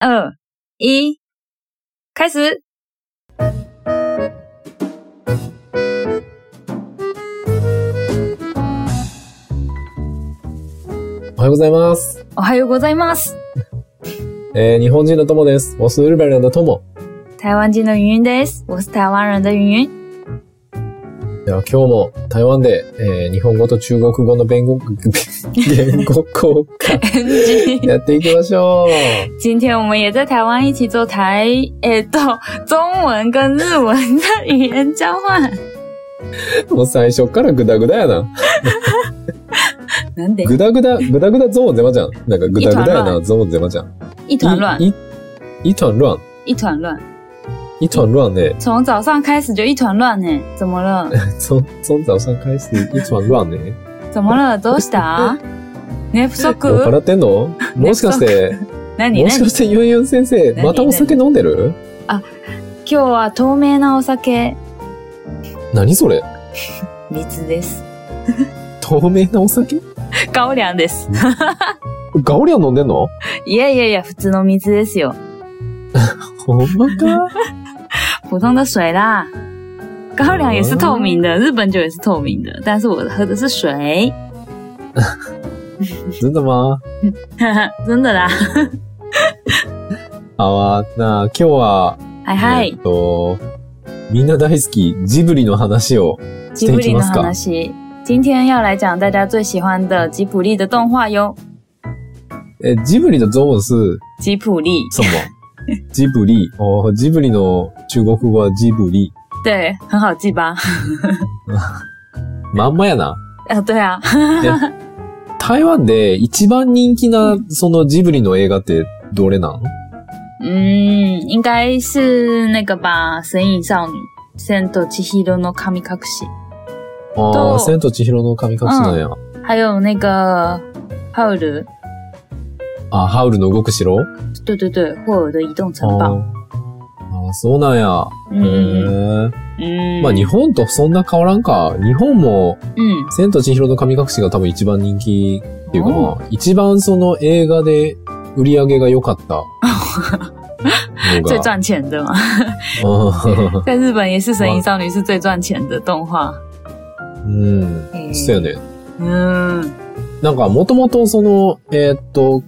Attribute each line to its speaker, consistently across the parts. Speaker 1: 二、一，开始。
Speaker 2: おはようございます。
Speaker 1: おはようございます。
Speaker 2: えー日本人的友です。我是日本人的 Tomo。
Speaker 1: 台湾人的云云です。我是台湾人的云云。
Speaker 2: では今日も台湾で、えー日本語と中国語の 言語、言語交 換やっていきましょう。
Speaker 1: 今天我们也在台湾一起做台诶，做 中文跟日文的语言交换。
Speaker 2: もう最初からグダグダやな。
Speaker 1: なんで
Speaker 2: グダグダ、グダグダゾーンゼマじゃん。なんかグダグダや
Speaker 1: 一团
Speaker 2: なゾーンゼマじゃん。
Speaker 1: 一团乱，
Speaker 2: い。一团乱。
Speaker 1: 一团乱，
Speaker 2: 一团乱ね。
Speaker 1: 从早上开始就一团乱呢。怎么了？
Speaker 2: そ、そん早上開始一团乱ね。
Speaker 1: 怎么了？どうした？ 寝不足？
Speaker 2: 酔っ払ってんのもしかして、
Speaker 1: 何
Speaker 2: も
Speaker 1: 何
Speaker 2: し？かしてユンユン先生、
Speaker 1: 何
Speaker 2: またお酒飲んでる
Speaker 1: 今日は透明なお酒、
Speaker 2: 何それ
Speaker 1: 水です。
Speaker 2: 透明なお酒
Speaker 1: 高粱です。
Speaker 2: ガオリアン飲んでんの
Speaker 1: いやいやいや、普通の水ですよ。
Speaker 2: ほんまか
Speaker 1: 普通的水啦。高粱也是透明的，日本酒也是透明的，但是我喝的是水，
Speaker 2: 真的吗
Speaker 1: 真的啦。
Speaker 2: 好啊。那今日は、
Speaker 1: 嗨嗨
Speaker 2: えーっ，と、みんな大好き、ジブリの話を。
Speaker 1: 吉卜力的話。今天要来讲大家最喜欢的吉卜力的动画哟。
Speaker 2: え、ジブリのゾーン是
Speaker 1: 吉卜力，
Speaker 2: 什么ジブリ。おジブリの中国語はジブリ。
Speaker 1: 对，很好记吧？
Speaker 2: まんまやな。
Speaker 1: 啊，对啊，
Speaker 2: 台湾で一番人気な、そのジブリの映画ってどれなん
Speaker 1: 嗯，应该是那个吧，《神隐少女》。千と千尋の神隠し，
Speaker 2: あ
Speaker 1: どう
Speaker 2: あ、千と千尋の神隠しなんや。
Speaker 1: 还有那个哈尔的，
Speaker 2: あ、ハウルの動く城
Speaker 1: 对对对，霍尔的移动城
Speaker 2: あ
Speaker 1: 堡。
Speaker 2: ーあー、そうなんや。
Speaker 1: 嗯
Speaker 2: へ
Speaker 1: 嗯
Speaker 2: ー
Speaker 1: 嗯，
Speaker 2: まあ日本とそんな変わらんか。日本も、
Speaker 1: 嗯
Speaker 2: 千と千尋の神隠しが多分一番人気っていうか、
Speaker 1: お
Speaker 2: まあ一番その映画で売り上げが良かったの
Speaker 1: 最
Speaker 2: が。
Speaker 1: 赚钱的嘛，
Speaker 2: う
Speaker 1: 在日本也是《神隐少女》是最赚钱的动画。
Speaker 2: ん。
Speaker 1: 嗯
Speaker 2: そうやね。
Speaker 1: 嗯
Speaker 2: なんかもともとその、えーっと、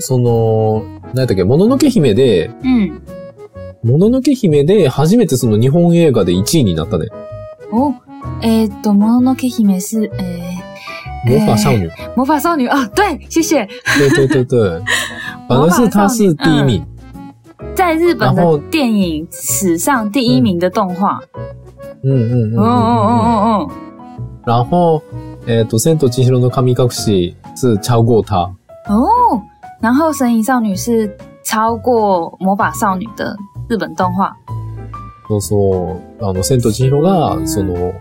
Speaker 2: その、何やったっけ、もののけ姫で、
Speaker 1: 嗯，
Speaker 2: もののけ姫で初めてその日本映画で1位になったね。
Speaker 1: 哦，诶，《多摩诺 K 姫》是诶
Speaker 2: 魔法少女。
Speaker 1: 《魔法少女》啊，对，谢谢。
Speaker 2: 对对对对。反正是他是第一名。
Speaker 1: 在日本
Speaker 2: 然后
Speaker 1: 的电影史上第一名的动画。
Speaker 2: 嗯嗯嗯嗯嗯
Speaker 1: 哦哦
Speaker 2: 嗯。
Speaker 1: 哦哦
Speaker 2: 然后，えっ、と、千と千尋の神隠し是超过他。
Speaker 1: 哦哦，然后《神隐少女》是超过《魔法少女》的日本动画。
Speaker 2: そうそう。あの、千と千尋が、その、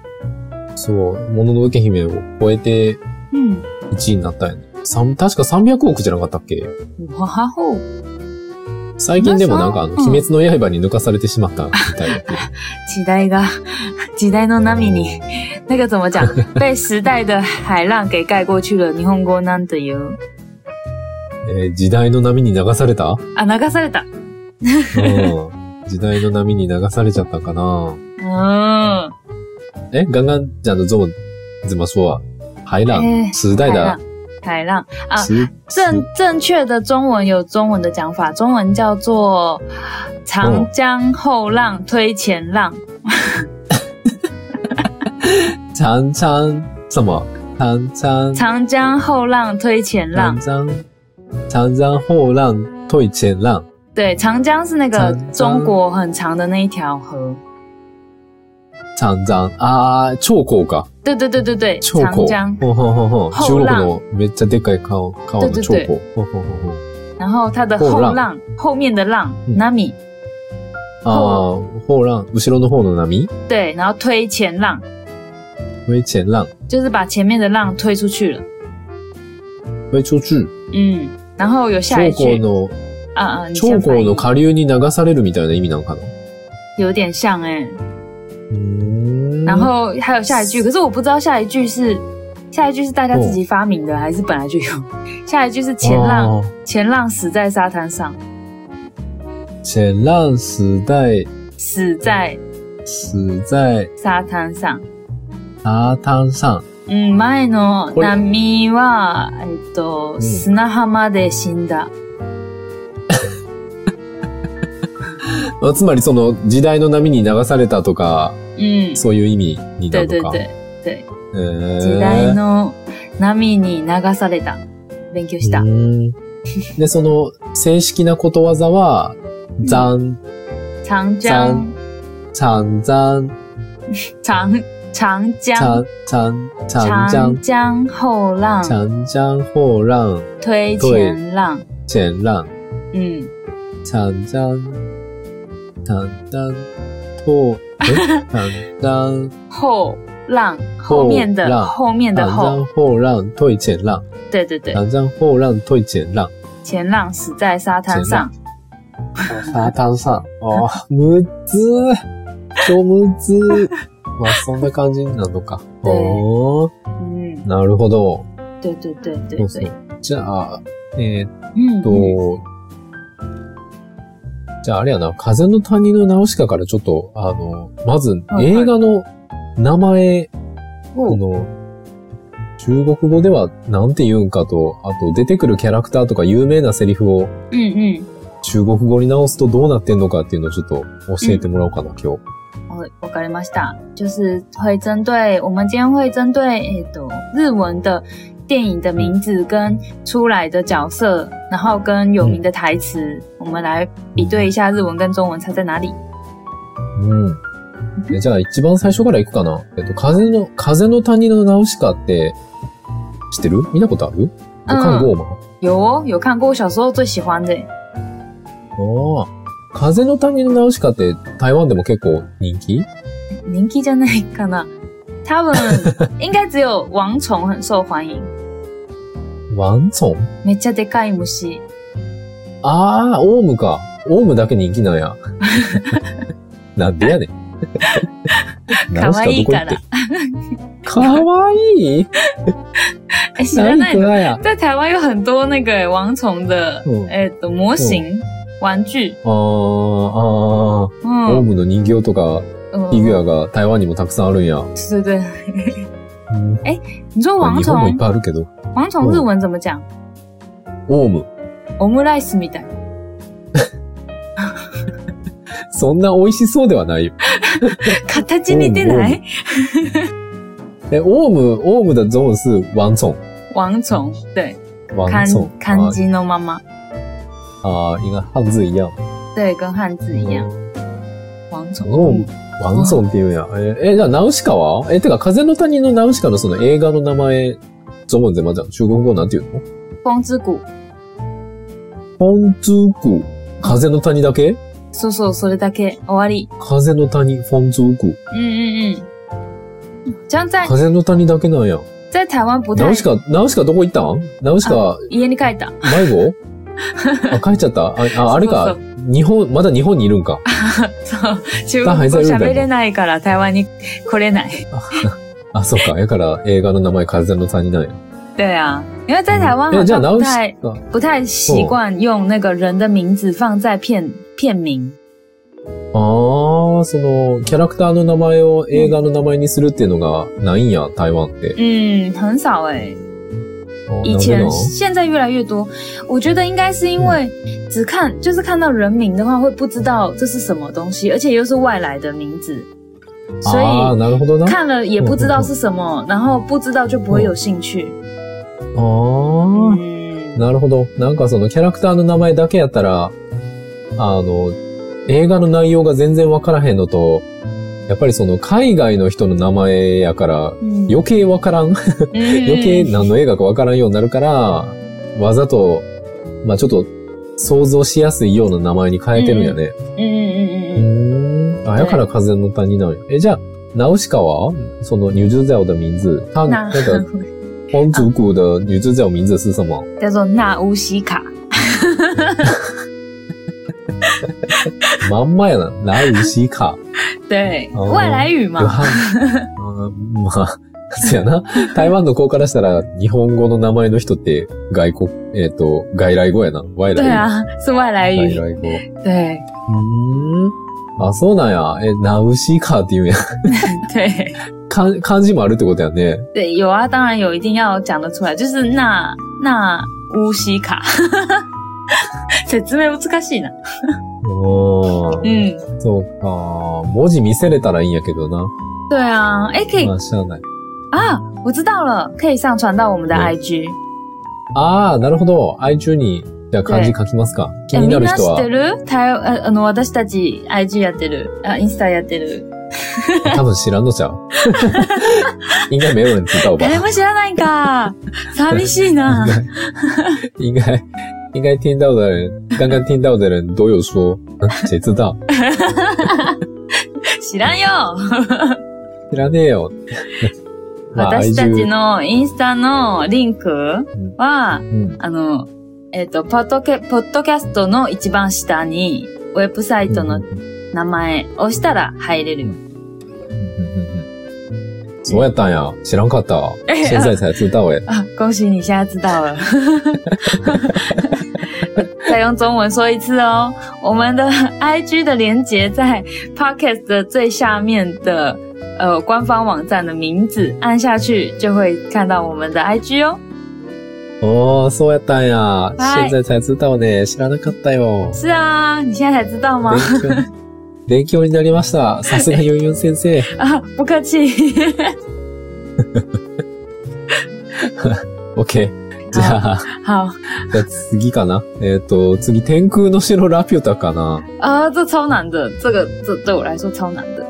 Speaker 2: そう、もののけ姫を超えて
Speaker 1: 嗯，
Speaker 2: 1位になったんやね。さん確か300億じゃなかったっけ
Speaker 1: 哇哦哈吼！
Speaker 2: 最近でもなんかあの、
Speaker 1: うん
Speaker 2: 鬼滅の刃に抜かされてしまったみたいだけど。
Speaker 1: 期待が 期待の波に。那个怎么 讲？被时代的海浪给盖过去了。日本語なんていう
Speaker 2: えー時代の波に流された
Speaker 1: あ、流された。
Speaker 2: うん。時代の波に流されちゃったかな。
Speaker 1: 嗯，
Speaker 2: 哎，刚刚讲的这种怎么说啊？海浪
Speaker 1: 哎
Speaker 2: 时代
Speaker 1: 海
Speaker 2: 的
Speaker 1: 浪
Speaker 2: 啊，
Speaker 1: 海浪。啊
Speaker 2: 时
Speaker 1: 正
Speaker 2: 时
Speaker 1: 正确的中文有中文的讲法，中文叫做“长江后浪推前浪
Speaker 2: 长江什么？长”，江
Speaker 1: 长江后浪推前浪
Speaker 2: 长。江长江后浪推前浪。
Speaker 1: 对，长江是那个
Speaker 2: 长江
Speaker 1: 中国很长的那一条河。
Speaker 2: 长江啊，错口か。
Speaker 1: 对对对对对，
Speaker 2: 错
Speaker 1: 长
Speaker 2: 口。
Speaker 1: 江。
Speaker 2: ほほほほ中
Speaker 1: 后
Speaker 2: 国
Speaker 1: 浪
Speaker 2: のめっちゃでかい川川の
Speaker 1: 对
Speaker 2: 错
Speaker 1: 对对
Speaker 2: 口。ほほほ
Speaker 1: 然后它的后
Speaker 2: 后浪
Speaker 1: 浪，后面的浪
Speaker 2: 嗯
Speaker 1: ，nami。
Speaker 2: ほ。ああ、后浪後ろの方の波
Speaker 1: 对，然后推前浪，
Speaker 2: 推前浪
Speaker 1: 就是把前面的浪推出去了。
Speaker 2: 推出去。
Speaker 1: 嗯，然后有下一
Speaker 2: 長江
Speaker 1: 句
Speaker 2: の
Speaker 1: 啊啊，你
Speaker 2: 長
Speaker 1: 先翻
Speaker 2: 江
Speaker 1: 译
Speaker 2: の下流に流されるみたいな意味なのかな。
Speaker 1: 有点像哎、
Speaker 2: うーん
Speaker 1: 然后还有下一句，可是我不知道下一句是下一句是大家自己发明的还是本来就有？下一句是前浪、
Speaker 2: 哦
Speaker 1: 前浪死在沙滩上，
Speaker 2: 前浪死在
Speaker 1: 死在
Speaker 2: 死在
Speaker 1: 沙滩上。
Speaker 2: 沙滩上。
Speaker 1: うん、前の
Speaker 2: これ
Speaker 1: 波は、えっと、
Speaker 2: ん
Speaker 1: 砂浜で死んだ。
Speaker 2: まあつまりその時代の波に流されたとか、
Speaker 1: うん。
Speaker 2: そういう意味にな
Speaker 1: 对
Speaker 2: る
Speaker 1: 对
Speaker 2: のか。
Speaker 1: 对对。
Speaker 2: えー
Speaker 1: 時代の波に流された。勉強した
Speaker 2: う。んで、その正式なことわざは、ざん、
Speaker 1: 長江、
Speaker 2: ちゃんざん、
Speaker 1: 長、長江、
Speaker 2: ちゃん、ちゃん、ちゃんじゃ
Speaker 1: 長
Speaker 2: ん、
Speaker 1: 江後浪
Speaker 2: ちゃんじゃんほうらん、
Speaker 1: 推前浪。
Speaker 2: ちゃんらん、
Speaker 1: うん。
Speaker 2: ちゃんじゃん、ちゃんじゃん、とう、 えちゃんじゃん、
Speaker 1: 后浪、后面的、
Speaker 2: 浪
Speaker 1: 后面
Speaker 2: ち
Speaker 1: 的
Speaker 2: ゃんじゃ
Speaker 1: 后。
Speaker 2: んほうらん、といちゃんらん、
Speaker 1: 对对对
Speaker 2: ち。ゃんじゃんほうらん、といちゃんらん。
Speaker 1: 前浪死在沙滩上。
Speaker 2: サータンさん。あーむずー。超むずー。まあ、そんな感じになるのか。
Speaker 1: で
Speaker 2: おー
Speaker 1: うん。
Speaker 2: なるほど。
Speaker 1: 对对对对
Speaker 2: そうそ
Speaker 1: 对。
Speaker 2: う。じゃあ、えーっ
Speaker 1: うん。
Speaker 2: と、じゃああれやな、風の谷の直しかからちょっと、あの、まず
Speaker 1: はいはい
Speaker 2: 映画の名前、
Speaker 1: お
Speaker 2: この、中国語ではなんて言うんかと、あと出てくるキャラクターとか有名なセリフを
Speaker 1: うんうん。
Speaker 2: 中国語に直すとどうなってんのかっていうのをちょっと教えてもらおうかな、今日。
Speaker 1: 我我搞了ました，就是会针对我们今天会针对诶的日文的电影的名字跟出来的角色，然后跟有名的台词，我们来比对一下日文跟中文差在哪里。
Speaker 2: うん。えじゃあ一番最初から行くかな。えっと、風の、風の谷のナウシカって、知ってる見たことある
Speaker 1: うん
Speaker 2: 看过吗
Speaker 1: 有哦，有看过，我小时候最喜欢的。
Speaker 2: ああ。風の谷のナウシカって台湾でも結構人気
Speaker 1: 人気じゃないかな。他们应该只有王虫很受欢迎，
Speaker 2: ワンソン
Speaker 1: めっちゃでかい虫。
Speaker 2: ああ、オウムか。オウムだけ人気なん や。なんでやねん。ナウシカどこ行ってかわいい
Speaker 1: 哎，知らな
Speaker 2: 何
Speaker 1: い
Speaker 2: く。らや。
Speaker 1: 在台湾有很多那个王虫的
Speaker 2: 嗯
Speaker 1: 诶的模型玩具，
Speaker 2: あーあー、オウ
Speaker 1: 嗯
Speaker 2: ムの人形とか
Speaker 1: 嗯
Speaker 2: フィギュアが台湾にもたくさんあるんや。
Speaker 1: 对对对，
Speaker 2: うん
Speaker 1: 你说
Speaker 2: まあ
Speaker 1: 王
Speaker 2: 日本もいっ
Speaker 1: 虫，
Speaker 2: ぱいあるけど。
Speaker 1: 王虫日文怎么讲？
Speaker 2: オウム。
Speaker 1: オムライスみたい。
Speaker 2: そんな美味しそうではないよ。
Speaker 1: 形似てない？
Speaker 2: え、オウム、オウムだゾーンス、ワンソン。
Speaker 1: 王虫对，
Speaker 2: ワ
Speaker 1: 漢
Speaker 2: ンソン。
Speaker 1: 漢字のまま，
Speaker 2: ああ、应该汉字一样。
Speaker 1: 对，跟汉字一样。王虫，
Speaker 2: オウム、ワンソンっていうんや。え、えじゃあナウシカはえ、てか、風の谷のナウシカのその映画の名前、ゾーンでまだ中国語なんて言うの
Speaker 1: 风之谷。
Speaker 2: 本通区。風の谷だけ
Speaker 1: そうそう、それだけ終わり。
Speaker 2: 風の谷、本通区。
Speaker 1: 嗯嗯嗯。这样在
Speaker 2: 風の谷だけなんや。
Speaker 1: 在台湾不
Speaker 2: ナ
Speaker 1: 太
Speaker 2: ウシカ、ナウシカどこ行ったんナウシカ、
Speaker 1: 家に帰った。
Speaker 2: 迷 子あ、帰っちゃったああ、あれ
Speaker 1: そ
Speaker 2: か
Speaker 1: う。
Speaker 2: 日本、まだ日本にいるんか。
Speaker 1: そう。中国語喋れないから台湾に来れない。
Speaker 2: あ、そうか。だから映画の名前風の谷なんや。
Speaker 1: 对啊，因为在台湾好
Speaker 2: えじゃあ
Speaker 1: 像
Speaker 2: 直
Speaker 1: 不
Speaker 2: し
Speaker 1: 太
Speaker 2: あ
Speaker 1: 不太习惯用那个人的名字放在片片名。
Speaker 2: あー、その、キャラクターの名前を映画の名前にするっていうのがないんや、台湾って。
Speaker 1: 嗯，很少哎、
Speaker 2: あー
Speaker 1: 以
Speaker 2: なんでな
Speaker 1: 前
Speaker 2: ん
Speaker 1: 现在越来越多。我觉得应该是因为只看就是看到人名的话，会不知道这是什么东西，而且又是外来的名字，所
Speaker 2: あ
Speaker 1: 以
Speaker 2: ー、なるほどな。あ
Speaker 1: 看了也不知道是什么，然后不知道就不会有兴趣。
Speaker 2: ー、
Speaker 1: 嗯，
Speaker 2: なるほど。なんかそのキャラクターの名前だけやったら、あの、映画の内容が全然わからへんのと、やっぱりその海外の人の名前やから、
Speaker 1: 嗯
Speaker 2: 余計わからん。余計
Speaker 1: 嗯
Speaker 2: 何の映画かわからんようになるから、わざと、まあちょっと想像しやすいような名前に変えてるんやね。
Speaker 1: 嗯嗯嗯嗯
Speaker 2: うーん。あ、やから風の谷なんや。え、じゃあ、ナウシカはその女主角的名字。她、
Speaker 1: 嗯，
Speaker 2: 那
Speaker 1: 那
Speaker 2: 个、皇族谷的女主角名字是什么
Speaker 1: 叫做纳乌西卡。
Speaker 2: まんまやな。ナウシカ。
Speaker 1: 对，
Speaker 2: 哦
Speaker 1: 外来语嘛，
Speaker 2: 汉。うんまあ、そやな。台湾の子からしたら、日本語の名前の人って、外国、えっ、と、外来語やな。外
Speaker 1: 对
Speaker 2: 来語。
Speaker 1: 啊，是外来
Speaker 2: 外
Speaker 1: 语。
Speaker 2: 来語。
Speaker 1: 对
Speaker 2: うーん。あ、そうなんや。え、ナウシカっていうんや。
Speaker 1: 对
Speaker 2: 漢漢字もあるってことやね。
Speaker 1: 对，有啊，当然有，一定要讲得出来。就是那那乌西卡，説明難しいな。
Speaker 2: おー。
Speaker 1: 嗯，
Speaker 2: そうか。文字見せれたらいいんやけどな。
Speaker 1: 对啊，哎，可以
Speaker 2: まあ、しゃあない。
Speaker 1: 啊，我知道了，可以上传到我们的
Speaker 2: 嗯
Speaker 1: IG。
Speaker 2: ああ、なるほど。iTunes に、じゃあ漢字書きますか。気
Speaker 1: え
Speaker 2: に
Speaker 1: み
Speaker 2: なんる
Speaker 1: な知
Speaker 2: 人
Speaker 1: っ
Speaker 2: は
Speaker 1: て、る台ああの、私たち IG やってる。あ、インスタやってる。
Speaker 2: 多分知らんのちゃう。应该没有人知道吧？
Speaker 1: 誰も知らないんか。寂しいな。
Speaker 2: 应该应该听到的人，刚刚听到的人都有说，嗯谁知道？
Speaker 1: 知らんよ。
Speaker 2: 知らねえよ。まあ
Speaker 1: 私たち
Speaker 2: iTunes
Speaker 1: のインスタのリンクは、
Speaker 2: うん
Speaker 1: あの、えっ、と、ポッドキャ、ポッドキャストの一番下に、ウェブサイトの名前を押したら入れるよ。
Speaker 2: うんうんうんそうやったんや。知らんかった。
Speaker 1: え
Speaker 2: 現在才知道哎。
Speaker 1: 啊，恭喜你现在知道了。再用中文说一次哦，我们的 IG 的连接在 Podcast 的最下面的呃官方网站的名字，按下去就会看到我们的 IG 哦。
Speaker 2: 哦，そうやったんや。
Speaker 1: はい
Speaker 2: 現在才知道ね。知らなかったよ。
Speaker 1: 是啊，你现在才知道吗？
Speaker 2: 勉強勉強になりました。さすがユンユン先生。
Speaker 1: 啊，不客气。
Speaker 2: OK。じゃあ、
Speaker 1: 好，
Speaker 2: じゃあ次かな。えっ、と、次、天空の城ラピュタかな。
Speaker 1: 啊，这超难的，这个这对我来说超难的。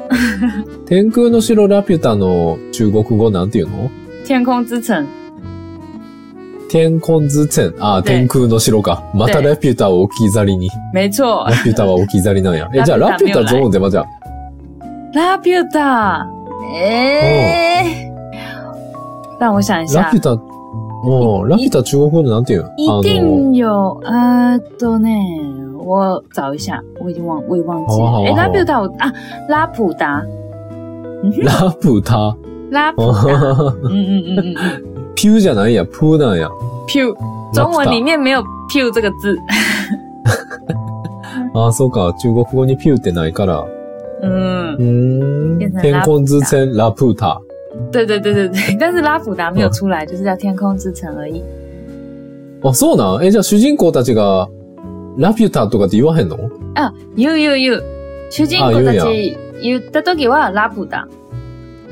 Speaker 2: 天空の城ラピュタの中国語なんていうの
Speaker 1: 天空之城，
Speaker 2: 天空図天。あー、
Speaker 1: で
Speaker 2: 天空の城か。また
Speaker 1: で
Speaker 2: ラピュタを置き去りに。
Speaker 1: 没错
Speaker 2: ラ。ピュタは置き去り なんや。え、じゃあラ
Speaker 1: ラピ
Speaker 2: ピ
Speaker 1: ュ
Speaker 2: ュ
Speaker 1: タ
Speaker 2: タゾーンでまじゃあ。
Speaker 1: 拉比达，哎、让我想一下
Speaker 2: ラピュ。タ、もう、ラピュタ中国語でなんていうの
Speaker 1: 一定有，
Speaker 2: 哦
Speaker 1: 呃，都呢，我找一下，我已经忘，我也忘记
Speaker 2: 好啊好
Speaker 1: 了。
Speaker 2: 啊
Speaker 1: 诶，
Speaker 2: 好啊
Speaker 1: 拉普达我啊，拉普达，
Speaker 2: ラプタ。
Speaker 1: 拉
Speaker 2: 哦
Speaker 1: 普达，
Speaker 2: あー
Speaker 1: 嗯嗯嗯嗯嗯
Speaker 2: ピューじゃないや、プーなんや。
Speaker 1: ，pew，中文里面没有 pew 这个字，
Speaker 2: ラプタあー、そうか。中国語にピューってないから。う
Speaker 1: 嗯，
Speaker 2: ーん
Speaker 1: 变成。
Speaker 2: 天空図天ラプタ。
Speaker 1: 对对对对对， 但是拉普达没有出来，就是叫天空之城而已。
Speaker 2: 哦あ、そうなんえ、じゃあ主人公たちが、ラピュタとかって言わへんの
Speaker 1: 啊，you you you，主人公たち言った時はラプダ。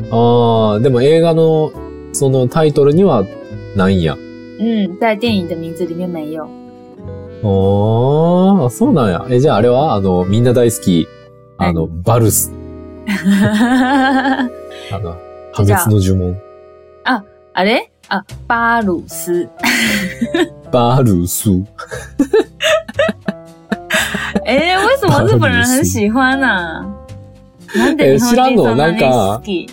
Speaker 2: ああ、でも映画の、そのタイトルにはないんや。
Speaker 1: 嗯，在电影的名字里面没有。
Speaker 2: ああ、そうなんや。え、じゃああれは、あの、みんな大好き、あの、バルス、あの、破滅の呪文。
Speaker 1: あれ啊，巴鲁斯。
Speaker 2: バルス。
Speaker 1: えー、哎为什么日本人很喜欢啊呢、なんで日本人そんなに好き？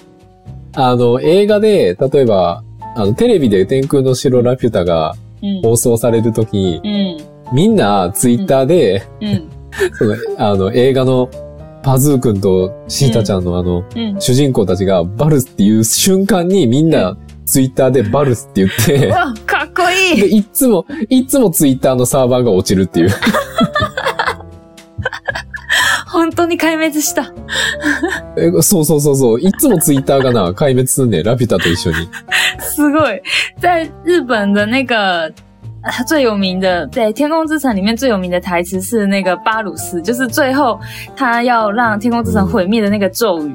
Speaker 2: あの、映画で、例えば、あの、テレビで天空の城ラピュタが
Speaker 1: うん
Speaker 2: 放送されるとき、
Speaker 1: うん
Speaker 2: みんなツイッターで、
Speaker 1: うん
Speaker 2: その、 あの、映画のパズー君とシータちゃんのあの、
Speaker 1: うん。
Speaker 2: 主人公たちがバルスっていう瞬間にみんなツイッターでバルスって言って、
Speaker 1: わかっこい
Speaker 2: で、
Speaker 1: い。
Speaker 2: いっつも、いっつもツイッターのサーバーが落ちるっていう。
Speaker 1: 本当に壊滅した。
Speaker 2: えそう そうそうそう。いっつもツイッターがな、壊滅すんねん。ラピュタと一緒に。
Speaker 1: すごい。在日本的那个啊最有名的，对《天空之城》里面最有名的台词是那个巴鲁斯，就是最后他要让天空之城毁灭的那个咒语。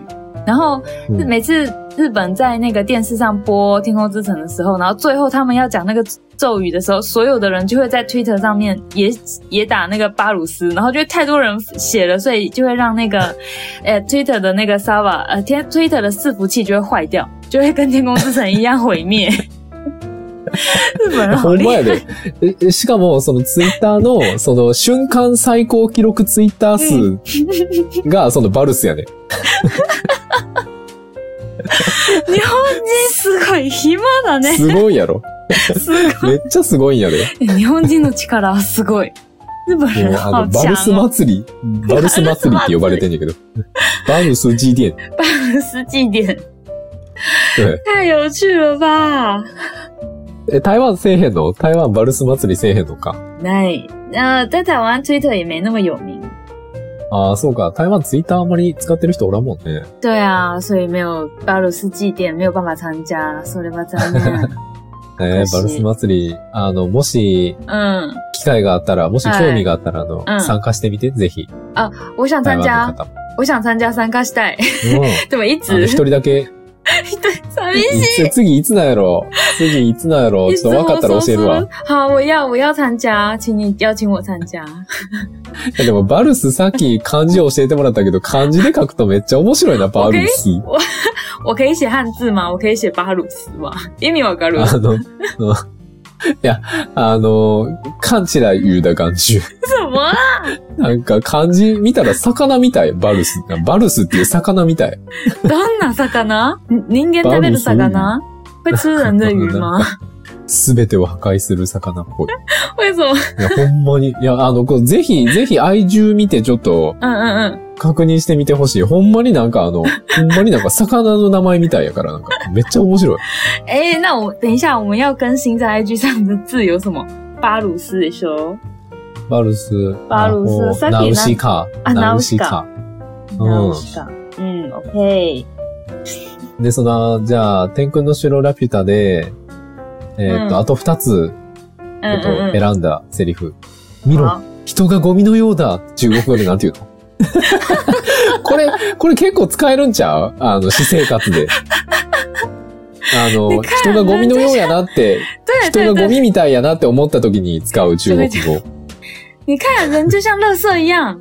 Speaker 1: 然后
Speaker 2: 嗯
Speaker 1: 每次日本在那个电视上播《天空之城》的时候，然后最后他们要讲那个咒语的时候，所有的人就会在 Twitter 上面也也打那个巴鲁斯，然后就太多人写了，所以就会让那个呃 Twitter 的那个 Sava 呃天 Twitter 的伺服器就会坏掉，就会跟天空之城一样毁灭。日本人好
Speaker 2: ほん
Speaker 1: 厉
Speaker 2: ま
Speaker 1: 害
Speaker 2: や。で。ええしかも、そのツイッターの、その瞬間最高記録ツイッター数が、そのバルスやねん。
Speaker 1: 日本人すごい暇だね。
Speaker 2: すごいやろ。
Speaker 1: すごい。
Speaker 2: めっちゃすごいんやで。
Speaker 1: 日本人の力はすごい。日本
Speaker 2: も う
Speaker 1: 人好
Speaker 2: あの、バ
Speaker 1: 强
Speaker 2: ルス
Speaker 1: 哦。
Speaker 2: 祭り、バルス祭りって呼ばれてんやけど。バルス GD。
Speaker 1: 半世纪点。
Speaker 2: 对，
Speaker 1: 太有趣了吧？
Speaker 2: え、台湾せえへんの台湾バルス祭りせえへんのか。
Speaker 1: ない。那、在台湾 Twitter 也没那么有名。
Speaker 2: ああ、そうか。台湾ツイッターあんまり使ってる人おらんもんね。
Speaker 1: 对啊，所以没有巴鲁斯祭典，没有办法参加，それは残 念。
Speaker 2: え
Speaker 1: 私
Speaker 2: ー、バルス祭り、あの、もし、
Speaker 1: 嗯，
Speaker 2: 機会があったら、もし興味があったら、あの、
Speaker 1: うん
Speaker 2: 参加してみて、ぜひ。
Speaker 1: 我想
Speaker 2: 台
Speaker 1: 参
Speaker 2: 湾の
Speaker 1: 加，
Speaker 2: 方も。
Speaker 1: 我想参加参加した い。
Speaker 2: うん。
Speaker 1: でもい
Speaker 2: あの、
Speaker 1: つ？
Speaker 2: 一人だけ、
Speaker 1: 寂
Speaker 2: いつ、次いつなんやろ次いつなんやろちょっと分かったら教えるわ。
Speaker 1: 好，我要我要参加，请你邀请我参加。
Speaker 2: いやでも、バルスさっき漢字教えてもらったけど、漢字で書くとめっちゃ面 白いな、バルス。
Speaker 1: 我可以写汉字吗？我可以写巴鲁斯吗？意味わかる？
Speaker 2: あの、あのいや、あの、勘違い言うだ感じ。
Speaker 1: 什 么？
Speaker 2: なんか漢字見たら魚みたい、バルス。バルスっていう魚みたい。
Speaker 1: どんな魚？人間食べる魚？会吃人的鱼 吗？
Speaker 2: すべてを破壊する魚っぽい。
Speaker 1: 为什么？
Speaker 2: いや、ほんまに。いや、あの、こうぜひ、ぜひ、愛獣見てちょっと
Speaker 1: 嗯嗯嗯，
Speaker 2: 確認してみてほしい。ほんまになんかあの、ほんまになんか魚の名前みたいやから、なんか、めっちゃ面白い。
Speaker 1: 哎、那我等一下我们要更新在 IG 上的字有什么？巴鲁斯的
Speaker 2: 哦
Speaker 1: 说，
Speaker 2: バルス。
Speaker 1: バルス
Speaker 2: あの
Speaker 1: さっきな
Speaker 2: ナウシカ。
Speaker 1: あナウシカ
Speaker 2: ナウ。
Speaker 1: 嗯
Speaker 2: 嗯，
Speaker 1: 嗯，OK，
Speaker 2: で、その、じゃあ、天空の城ラピュタで、えーっ、と、
Speaker 1: うん
Speaker 2: あと二つ、
Speaker 1: 嗯
Speaker 2: えっと
Speaker 1: 嗯嗯，
Speaker 2: 選んだセリフ。見ろ
Speaker 1: 好，
Speaker 2: 人がゴミのようだ中国語でなんて言う のこれ、これ結構使えるんちゃうあの、私生活で。あの、
Speaker 1: でかい
Speaker 2: 人がゴミのようやなって、
Speaker 1: 对
Speaker 2: 人
Speaker 1: 对
Speaker 2: がゴ
Speaker 1: 对，
Speaker 2: ミみたいやなって思った時に使う中国語。
Speaker 1: 你看人就像垃圾一样，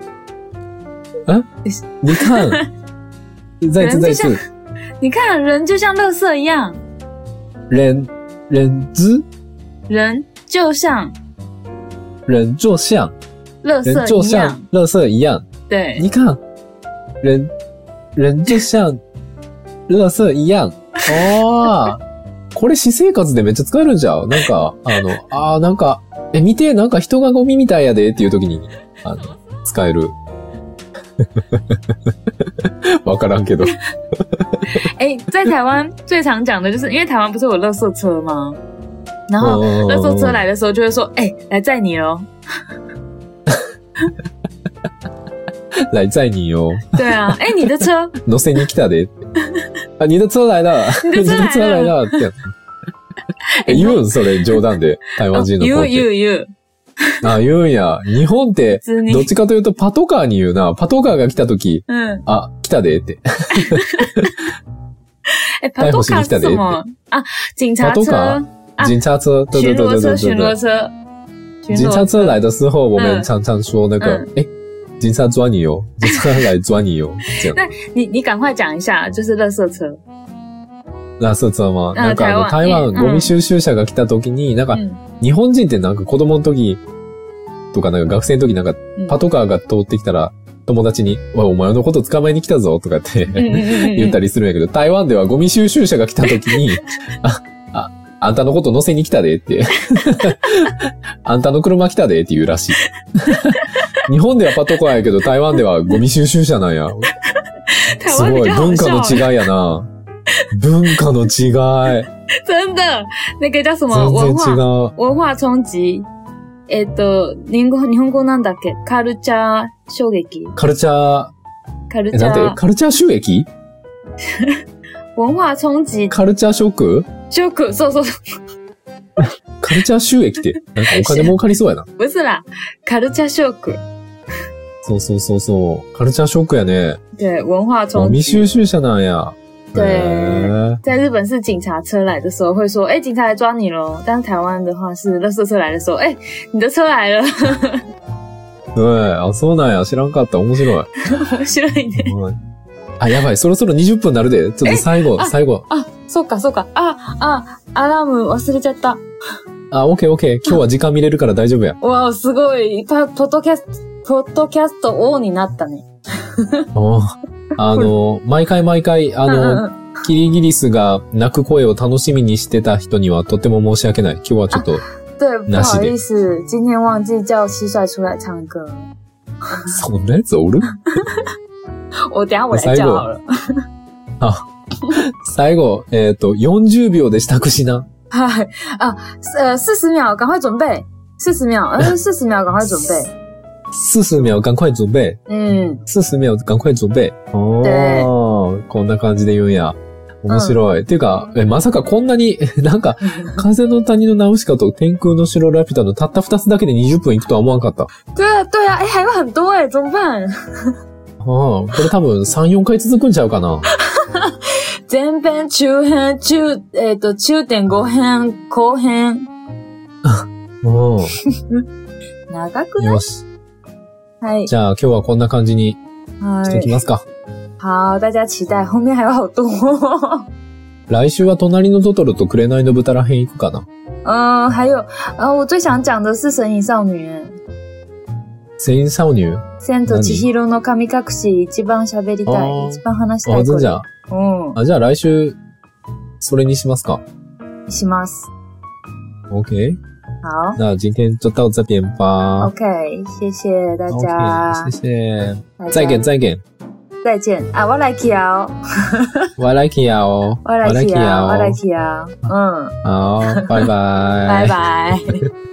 Speaker 2: 你看、 再次再次、
Speaker 1: 你看人就像垃圾一样，
Speaker 2: 人、人ず、
Speaker 1: 人就像
Speaker 2: 人就像、
Speaker 1: 垃
Speaker 2: 人就
Speaker 1: 圾一
Speaker 2: 像
Speaker 1: 样，
Speaker 2: 垃圾一样。
Speaker 1: 对
Speaker 2: 你看，人人就像垃圾一样。哦，これ私生活でめっちゃ使えるんじゃん。なんか、あの、あーなんか、え、見て、なんか人がゴミみたいやでっていう時に、あの、使える。わからんけど。
Speaker 1: 哎、在台湾最常讲的就是，因为台湾不是有垃圾车吗？然后
Speaker 2: 嗯
Speaker 1: 垃圾车来的时候就会说：“哎、来载你喽。
Speaker 2: 来载你よ。”
Speaker 1: 对啊，哎、你的 车，
Speaker 2: 乗せに来たで。あ、你的车来了。
Speaker 1: 你的车来了
Speaker 2: 你的来了って。え、言うんそれ、冗談で。台湾人の子っ
Speaker 1: you you
Speaker 2: て
Speaker 1: you，
Speaker 2: あ、言うんや。日本って、
Speaker 1: 子你
Speaker 2: どっ，ちかというとパトカーに言うな。パトカーが来た時、
Speaker 1: 嗯，
Speaker 2: あ、来たでって。
Speaker 1: 哎、跑多卡是什么啊？警察车、啊
Speaker 2: 警察车、对
Speaker 1: 巡
Speaker 2: 对对
Speaker 1: 逻
Speaker 2: 对
Speaker 1: 车、
Speaker 2: 对
Speaker 1: 巡
Speaker 2: 对
Speaker 1: 逻
Speaker 2: 对。
Speaker 1: 车、巡
Speaker 2: 警
Speaker 1: 逻
Speaker 2: 察车来的时候，我
Speaker 1: 嗯
Speaker 2: 们常常说那个，哎，警察抓你哟，警察来抓你哟，这样。
Speaker 1: 你你赶快讲一下，就是垃圾车。
Speaker 2: ラスツは、
Speaker 1: ん
Speaker 2: なんかあの、
Speaker 1: 台
Speaker 2: 台
Speaker 1: 湾
Speaker 2: 湾
Speaker 1: うん
Speaker 2: ゴミ収集車が来た時に、なんか、
Speaker 1: 嗯
Speaker 2: 日本人ってなんか子供の時とか、なんか学生の時なんか
Speaker 1: うん、
Speaker 2: パトカーが通ってきたら、友達に、おい、お前のこと捕まえに来たぞ、とかって、
Speaker 1: 嗯嗯
Speaker 2: 言
Speaker 1: 嗯
Speaker 2: ったりするんやけど、台湾ではゴミ収集車が来た時 に、あ、あ、あんたのこと乗せに来たで って、あんたの車来たでって言うらしい。 日本ではパトカーやけど、台湾ではゴミ収集車なんや。
Speaker 1: 嗯， 台
Speaker 2: す
Speaker 1: 湾比
Speaker 2: ごい、
Speaker 1: 较好
Speaker 2: 文化
Speaker 1: 笑
Speaker 2: の，違いやな。文化の違い。
Speaker 1: 真的，那个叫什么
Speaker 2: 全然
Speaker 1: 文化
Speaker 2: 違う。
Speaker 1: 文化冲击。えっと、日本語、日本語なんだっけカルチャー衝撃
Speaker 2: カルチャ
Speaker 1: カル
Speaker 2: ー、え、
Speaker 1: チャ
Speaker 2: なんて
Speaker 1: ー、
Speaker 2: カルチャー収益
Speaker 1: 文化衝撃、
Speaker 2: カルチャーショック
Speaker 1: ショック、そうそうそう、
Speaker 2: カルチャー収益って、なんかお金儲かりそうやな。
Speaker 1: 不是啦、カルチャーショック。
Speaker 2: そうそうそうそう。カルチャーショックやね。
Speaker 1: 对、文化
Speaker 2: ゴ
Speaker 1: 冲
Speaker 2: ミ
Speaker 1: 击。
Speaker 2: 収集車なんや。
Speaker 1: 对
Speaker 2: へー
Speaker 1: 在日本是警察车来的时候会说，哎、警察来抓你喽。但是台湾的话是垃圾车来的时候，哎、你的车来了，
Speaker 2: はい、あ、そうなんや。知らんかった。面 白い。
Speaker 1: 面白いね。
Speaker 2: はいあ、やばい。そろそろ20分なるで。ちょっと最後、
Speaker 1: あ
Speaker 2: 最後。
Speaker 1: そっかそっか。あ、あ、アラーム啊忘れちゃった。
Speaker 2: あ、オッケーオッケー。今日は時間見れるから大丈夫や。
Speaker 1: わお、すごい。パポッドキャスト、ポッドキャスト王になったね。
Speaker 2: おーあの、毎回毎回、あ
Speaker 1: うんうんう
Speaker 2: の、
Speaker 1: ん
Speaker 2: キリギリスが泣く声を楽しみにしてた人にはとても申し訳ない。今日はちょっと、
Speaker 1: 对，不
Speaker 2: 那是
Speaker 1: 好
Speaker 2: 的
Speaker 1: 意思，今天忘记叫蟋蟀出来唱歌。
Speaker 2: そんなやつおる
Speaker 1: 我等一下我来
Speaker 2: 那塞
Speaker 1: 叫
Speaker 2: 过
Speaker 1: 好了。
Speaker 2: 最后、えっ、と、40秒で支度しな。
Speaker 1: 嗨 啊，呃，四十秒，赶快准备，四十秒，嗯，四十秒，赶快准 备，
Speaker 2: 40秒、赶快準備。
Speaker 1: 嗯，
Speaker 2: 40秒、赶快準備。
Speaker 1: で
Speaker 2: お ー、こんな感じで言うんや。面白い。ていうか、え、まさかこんなに、 なんか、風の谷のナウシカと天空の城ラピュタのたった2つだけで20分いくとは思わんかった。
Speaker 1: 对啊，对啊，哎，还有很多哎，怎么办？
Speaker 2: あーこれ多分3、4回続くんちゃうかな。
Speaker 1: 前編、中編、中、えっ、と、9.5編、後編。
Speaker 2: うん。
Speaker 1: 長くない
Speaker 2: よし。
Speaker 1: はい。
Speaker 2: じゃあ今日はこんな感じに
Speaker 1: は
Speaker 2: していき
Speaker 1: い。
Speaker 2: ますか。
Speaker 1: 好、大家期待。后面还有好多。
Speaker 2: 来週は隣のトトロと紅の豚らへん行くかな。
Speaker 1: 嗯，还有，呃，我最想讲的是《神隐少女》。
Speaker 2: 全員サウニュー
Speaker 1: 千と千尋の神隠し一番喋りた
Speaker 2: あー
Speaker 1: い。一番話した
Speaker 2: あ、
Speaker 1: いこ
Speaker 2: じ
Speaker 1: れ。
Speaker 2: ゃあ、
Speaker 1: う
Speaker 2: あ、じゃあ来週、それにしますか。
Speaker 1: ん。します。
Speaker 2: OK。
Speaker 1: 好
Speaker 2: 那今天就到这边吧。
Speaker 1: ，OK，谢谢大
Speaker 2: OK，
Speaker 1: 家。
Speaker 2: 谢谢。
Speaker 1: 大家
Speaker 2: 再见，再见。
Speaker 1: 再见啊！我来去啊，
Speaker 2: 我来 k 呀哦，
Speaker 1: 我来去啊，我
Speaker 2: 我
Speaker 1: 来
Speaker 2: 来哦
Speaker 1: 去啊。嗯，
Speaker 2: 好，拜拜，
Speaker 1: 拜。拜。